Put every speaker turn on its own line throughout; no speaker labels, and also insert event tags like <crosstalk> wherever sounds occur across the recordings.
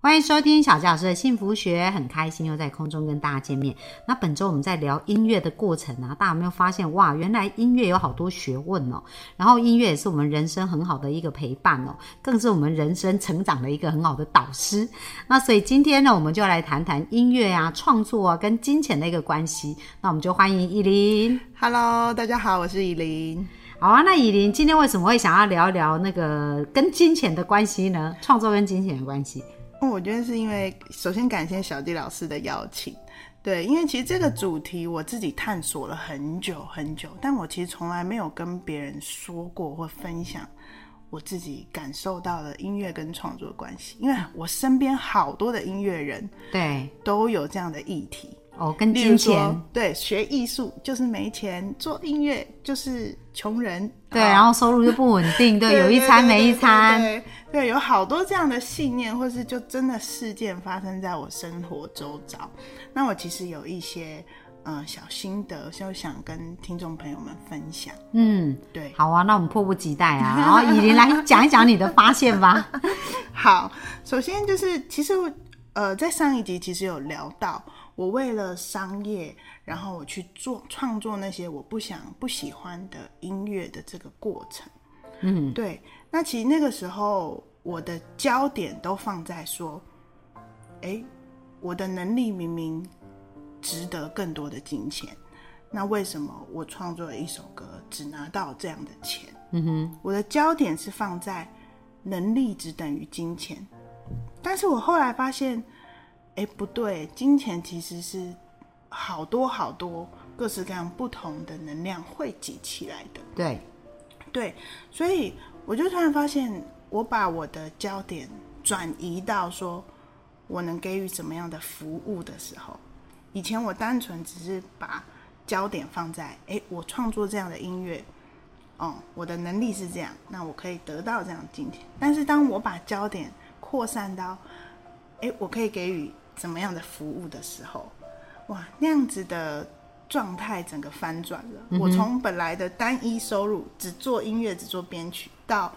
欢迎收听小纪老师的幸福学，很开心又在空中跟大家见面。那本周我们在聊音乐的过程啊，大家有没有发现哇，原来音乐有好多学问哦。然后音乐也是我们人生很好的一个陪伴哦，更是我们人生成长的一个很好的导师。那所以今天呢，我们就来谈谈音乐啊、创作啊跟金钱的一个关系。那我们就欢迎依林。
Hello，大家好，我是以琳。
好啊，那以琳今天为什么会想要聊一聊那个跟金钱的关系呢？创作跟金钱的关系。
嗯，我觉得是因为首先感谢小弟老师的邀请，对，因为其实这个主题我自己探索了很久很久，但我其实从来没有跟别人说过或分享我自己感受到的音乐跟创作的关系，因为我身边好多的音乐人
对，
都有这样的议题，
哦，跟
例如
金
说
钱。
对，学艺术就是没钱，做音乐就是穷人，
对，
啊
然后收入就不稳定，
<laughs>
对，有一餐没一餐，
对对对对对，有好多这样的信念，或是就真的事件发生在我生活周遭。那我其实有一些呃小心得，就想跟听众朋友们分享。
嗯，
对，
好啊，那我们迫不及待啊，然后以琳来讲一讲你的发现吧。 <laughs>
好，首先就是其实我呃，在上一集其实有聊到，我为了商业，然后我去做创作那些我不想不喜欢的音乐的这个过程。嗯，对。那其实那个时候我的焦点都放在说，哎、我的能力明明值得更多的金钱，那为什么我创作了一首歌只拿到这样的钱？嗯哼，我的焦点是放在能力只等于金钱，但是我后来发现，哎，不对，金钱其实是好多好多各式各样不同的能量汇集起来的。
对，
对，所以我就突然发现，我把我的焦点转移到说我能给予怎么样的服务的时候，以前我单纯只是把焦点放在，诶，我创作这样的音乐，哦、我的能力是这样，那我可以得到这样的金钱。但是当我把焦点扩散到，诶，哎我可以给予怎么样的服务的时候，哇，那样子的状态整个翻转了。我从本来的单一收入，只做音乐、只做编曲，到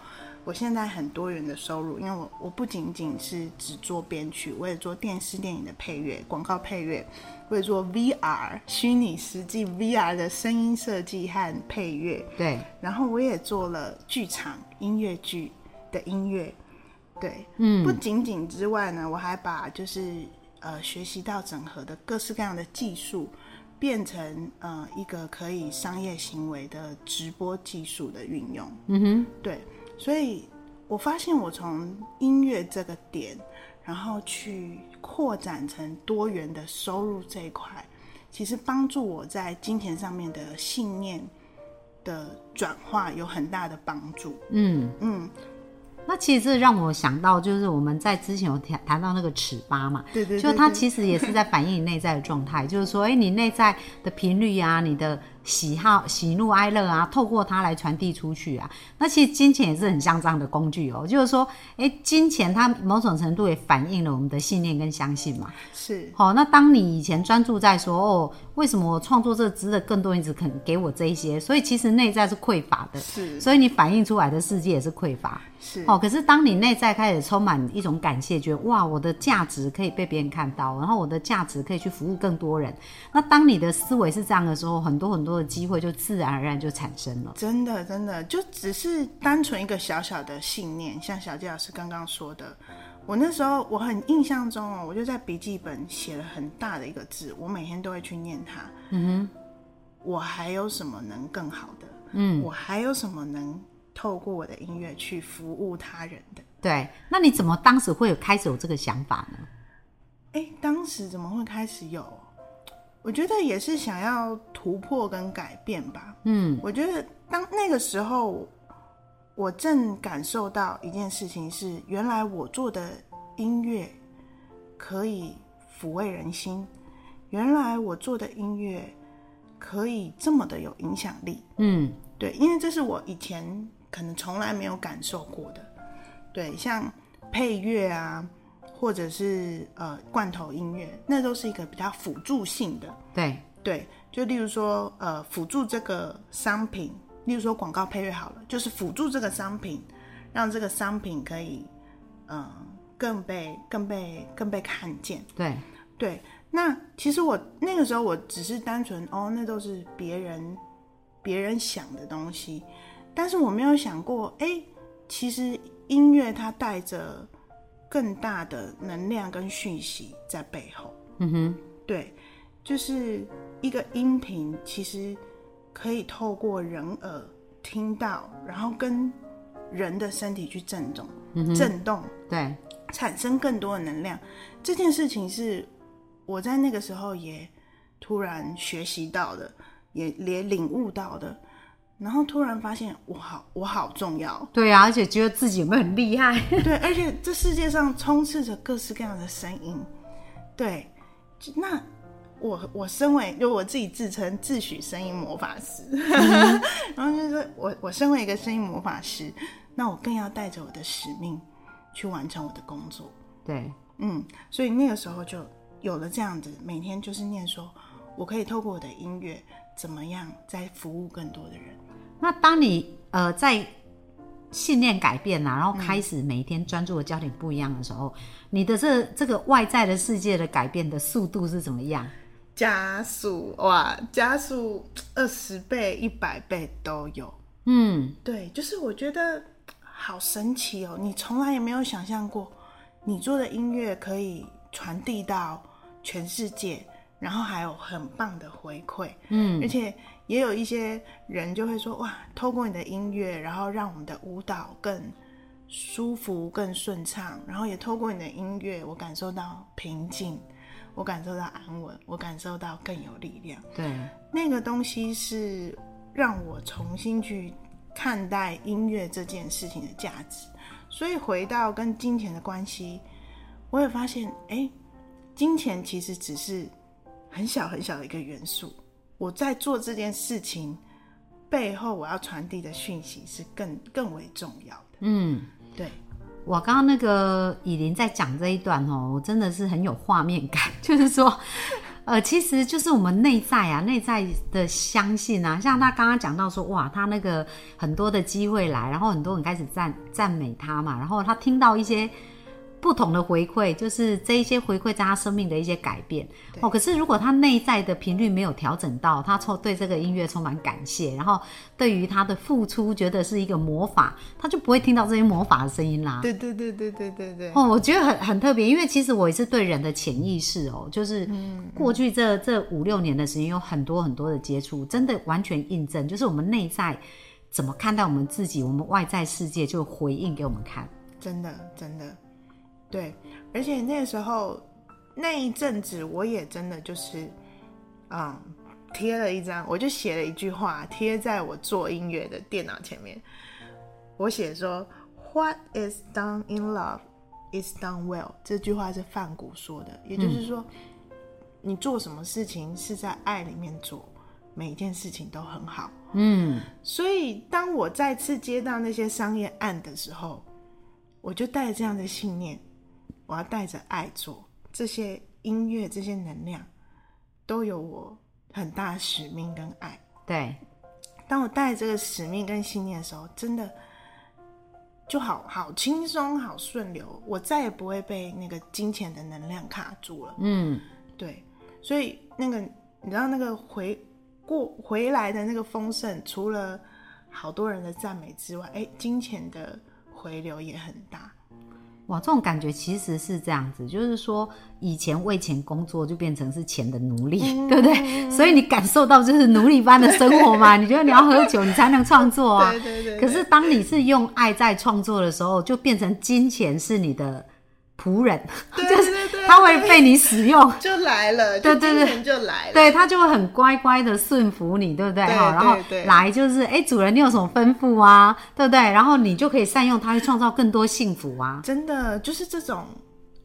我现在很多元的收入，因为我我不仅仅是只做编曲，我也做电视、电影的配乐、广告配乐，我也做 VR 虚拟实际 VR 的声音设计和配乐，
对，
然后我也做了剧场音乐剧的音乐，对，嗯，不仅仅之外呢，我还把就是呃学习到整合的各式各样的技术，变成呃一个可以商业行为的直播技术的运用，嗯哼，对，所以我发现我从音乐这个点，然后去扩展成多元的收入这一块，其实帮助我在金钱上面的信念。的转化有很大的帮助。
嗯
嗯，
那其实这让我想到，就是我们在之前有谈谈到那个尺八嘛，
对对对
就它
对
其实也是在反映你内在的状态， <laughs> 就是说，哎，你内在的频率啊，你的喜好、喜怒哀乐啊，透过它来传递出去啊。那其实金钱也是很像这样的工具哦，就是说，哎，金钱它某种程度也反映了我们的信念跟相信嘛。
是
好，那当你以前专注在说哦，为什么我创作这值得更多人只肯给我这一些，所以其实内在是匮乏的，
是
所以你反映出来的世界也是匮乏。
是
哦，可是当你内在开始充满一种感谢，觉得哇，我的价值可以被别人看到，然后我的价值可以去服务更多人。那当你的思维是这样的时候，很多很多的机会就自然而然就产生了。
真的真的，就只是单纯一个小小的信念，像小纪老师刚刚说的，我那时候我很印象中哦，我就在笔记本写了很大的一个字，我每天都会去念它。嗯哼，我还有什么能更好的？嗯，我还有什么能透过我的音乐去服务他人的？
对，那你怎么当时会有开始有这个想法呢？
哎、当时怎么会开始有？我觉得也是想要突破跟改变吧。
嗯，
我觉得当那个时候，我正感受到一件事情是，原来我做的音乐可以抚慰人心，原来我做的音乐可以这么的有影响力。
嗯，
对，因为这是我以前可能从来没有感受过的。对，像配乐啊，或者是呃罐头音乐，那都是一个比较辅助性的。
对，
对，就例如说，呃，辅助这个商品，例如说广告配乐好了，就是辅助这个商品，让这个商品可以，嗯、更被更被更被看见。
对，
对，那其实我那个时候我只是单纯哦，那都是别人别人想的东西，但是我没有想过，哎、其实音乐它带着更大的能量跟讯息在背后。
嗯哼，
对，就是一个音频，其实可以透过人耳听到，然后跟人的身体去震动、
嗯
震动，
对，
产生更多的能量。这件事情是我在那个时候也突然学习到的，也也领悟到的。然后突然发现，我好，我好重要。哦
对啊，而且觉得自己有没有很厉害？ <laughs>
对，而且这世界上充斥着各式各样的声音。对，就那我我身为就我自己自称自诩声音魔法师， <laughs> 然后就是我我身为一个声音魔法师，那我更要带着我的使命去完成我的工作。
对，
嗯，所以那个时候就有了这样子，每天就是念说，我可以透过我的音乐怎么样再服务更多的人。
那当你呃在信念改变啊啦、然后开始每一天专注的焦点不一样的时候，你的这这个外在的世界的改变的速度是怎么样？
加速哇，加速二十倍、一百倍都有。
嗯，
对，就是我觉得好神奇哦，你从来也没有想象过，你做的音乐可以传递到全世界，然后还有很棒的回馈。嗯，而且也有一些人就会说，哇，透过你的音乐，然后让我们的舞蹈更舒服、更顺畅，然后也透过你的音乐，我感受到平静，我感受到安稳，我感受到更有力量。
对，
那个东西是让我重新去看待音乐这件事情的价值。所以回到跟金钱的关系，我也发现，哎、金钱其实只是很小很小的一个元素。我在做这件事情背后，我要传递的讯息是更更为重要的。
嗯。
对，
我刚刚那个以琳在讲这一段哦，我真的是很有画面感， <laughs> 就是说，呃，其实就是我们内在啊，内在的相信啊，像他刚刚讲到说，哇，他那个很多的机会来，然后很多人开始赞赞美他嘛，然后他听到一些不同的回馈，就是这一些回馈在他生命的一些改变
对
哦。可是如果他内在的频率没有调整到，他充对这个音乐充满感谢，然后对于他的付出觉得是一个魔法，他就不会听到这些魔法的声音啦。
对对对对对对对，
哦，我觉得很很特别，因为其实我也是对人的潜意识哦，就是过去这这五六年的时间，有很多很多的接触，真的完全印证，就是我们内在怎么看待我们自己，我们外在世界就回应给我们看。
真的真的，对，而且那时候那一阵子，我也真的就是，嗯，贴了一张，我就写了一句话，贴在我做音乐的电脑前面，我写说，What is done in love is done well。这句话是范谷说的，也就是说，你做什么事情是在爱里面做，每一件事情都很好。
嗯，
所以，当我再次接到那些商业案的时候，我就带着这样的信念，我要带着爱做这些音乐，这些能量，都有我很大的使命跟爱。
对，
当我带着这个使命跟信念的时候，真的就好好轻松，好顺流，我再也不会被那个金钱的能量卡住了。
嗯，
对，所以那个你知道那个回过回来的那个丰盛，除了好多人的赞美之外，哎，金钱的回流也很大。
哇，这种感觉其实是这样子，就是说以前为钱工作就变成是钱的奴隶， <laughs> 对不对？所以你感受到就是奴隶般的生活嘛，你觉得你要喝酒你才能创作啊，
对对对
可是当你是用爱在创作的时候，就变成金钱是你的仆人， <laughs>
对
就是
对对
他会被你使用， <laughs>
就来了，
对
就
对
金
对
钱就来了。
对他就会很乖乖的顺服你，对不对？
对
哈，然后
对对
来就是哎，主人你有什么吩咐啊？对不对？然后你就可以善用它，去创造更多幸福啊。
真的就是这种，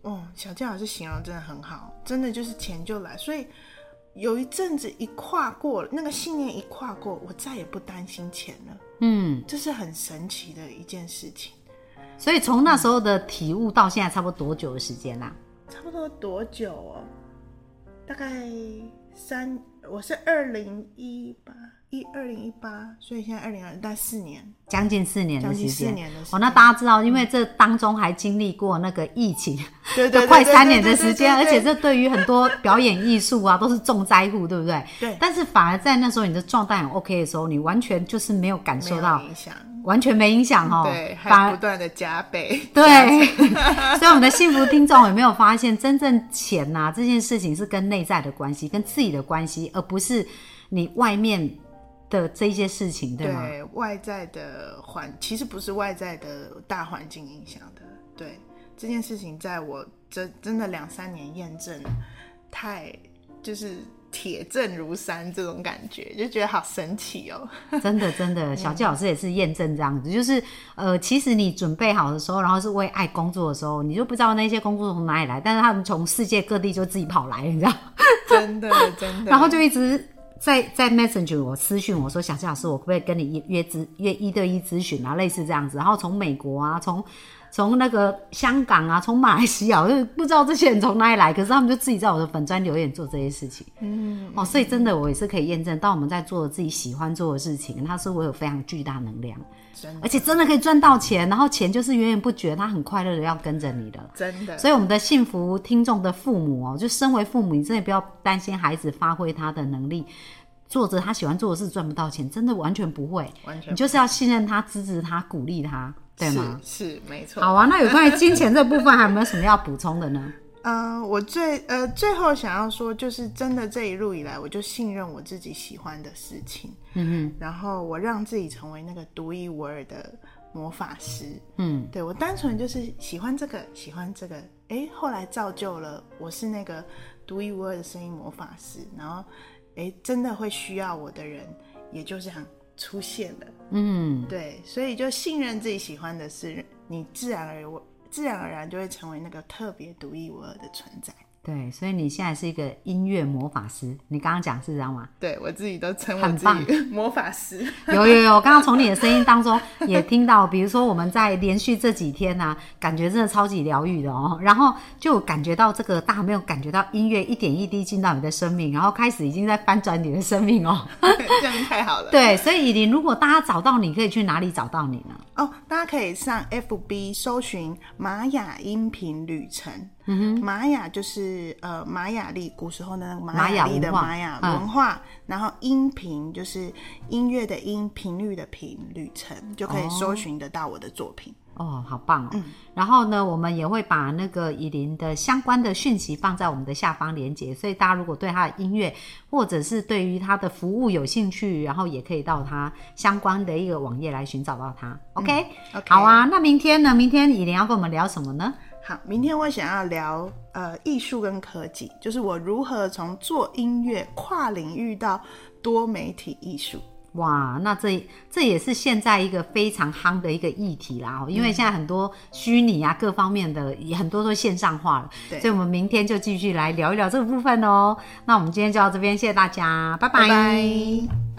哦，小健老师形容真的很好，真的就是钱就来，所以有一阵子一跨过那个信念一跨过，我再也不担心钱了，
嗯，
这是很神奇的一件事情。
所以从那时候的体悟到现在，差不多多久的时间啊啦、
差不多多久哦？大概三，我是二零一八一二零一八，所以现在二零二，大概四年，
将近四年的
将
时
近四
间。
年的时间。
哦，那大家知道，因为这当中还经历过那个疫情，
对对
就
对
快
对
三
对
年的
对
时
对
间，而
对
且这对于很多表演艺术啊都是重灾户，对不对？
对
但是反而在那时候你的状态很 OK 的时候，你完全就是没有感受
没
到
有，影响，
完全没影响哦。
对，
反
还
而
不断的加倍。
对， <laughs> 所以我们的幸福听众有没有发现，真正钱呐、这件事情是跟内在的关系，跟自己的关系，而不是你外面的这些事情，对吗？
对外在的环，其实不是外在的大环境影响的。对这件事情，在我真真的两三年验证，太就是铁证如山这种感觉，就觉得好神奇哦。 <laughs>
真的真的，小纪老师也是验证这样子，就是呃，其实你准备好的时候，然后是为爱工作的时候，你就不知道那些工作从哪里来，但是他们从世界各地就自己跑来，你知道吗。
真的真的。
然后就一直在在 Messenger 我私讯我说，小夏老师，我可不可以跟你约约咨约一对一咨询啊，类似这样子。然后从美国啊，从从那个香港啊，从马来西亚，我就不知道这些人从哪里来，可是他们就自己在我的粉专留言做这些事情。嗯，哦，所以真的我也是可以验证，当我们在做自己喜欢做的事情，它是会有非常巨大能量，
真的
而且真的可以赚到钱，然后钱就是源源不绝，它很快乐的要跟着你的。
真的
所以我们的幸福听众的父母哦，就身为父母，你真的不要担心孩子发挥他的能力，做着他喜欢做的事赚不到钱，真的完全不会。
完全
你就是要信任他、支持他、鼓励他，对吗？
是是没错。
好啊，那有关于金钱这部分，还有没有什么要补充的呢？
嗯、我最呃最后想要说，就是真的这一路以来，我就信任我自己喜欢的事情，
嗯
然后我让自己成为那个独一无二的魔法师。
哼，嗯，
对我单纯就是喜欢这个，喜欢这个，诶，后来造就了我是那个独一无二的声音魔法师。然后，诶，真的会需要我的人，也就这样出现了。
嗯，
对，所以就信任自己喜欢的事，你自然而我自然而然就会成为那个特别独一无二的存在。
对，所以你现在是一个音乐魔法师，你刚刚讲是这样吗？
对我自己都称我
很
自 <laughs> 己魔法师，
有有有，我刚刚从你的声音当中也听到，比如说我们在连续这几天啊，感觉真的超级疗愈的哦。然后就有感觉到这个大家没有感觉到音乐一点一滴进到你的生命，然后开始已经在翻转你的生命哦。
这样太好
<laughs>
了。
对，所以以琳，如果大家找到你，可以去哪里找到你呢？
哦，大家可以上 FB 搜寻玛雅音频旅程。嗯哼，玛雅就是呃玛雅历，古时候的那个玛雅历的
玛
玛
雅文化
雅文嗯化，然后音频就是音乐的音，频率的频，旅程就可以搜寻得到我的作品。
哦，好棒哦！然后呢，我们也会把那个以琳的相关的讯息放在我们的下方连接，所以大家如果对她的音乐或者是对于她的服务有兴趣，然后也可以到她相关的一个网页来寻找到她。OK，,、
OK
好啊。那明天呢？明天以琳要跟我们聊什么呢？
好，明天我想要聊呃艺术跟科技，就是我如何从做音乐跨领域到多媒体艺术。
哇，那这这也是现在一个非常夯的一个议题啦，哦，因为现在很多虚拟啊各方面的也很多都线上化了，
对
所以我们明天就继续来聊一聊这个部分哦。那我们今天就到这边，谢谢大家，拜
拜拜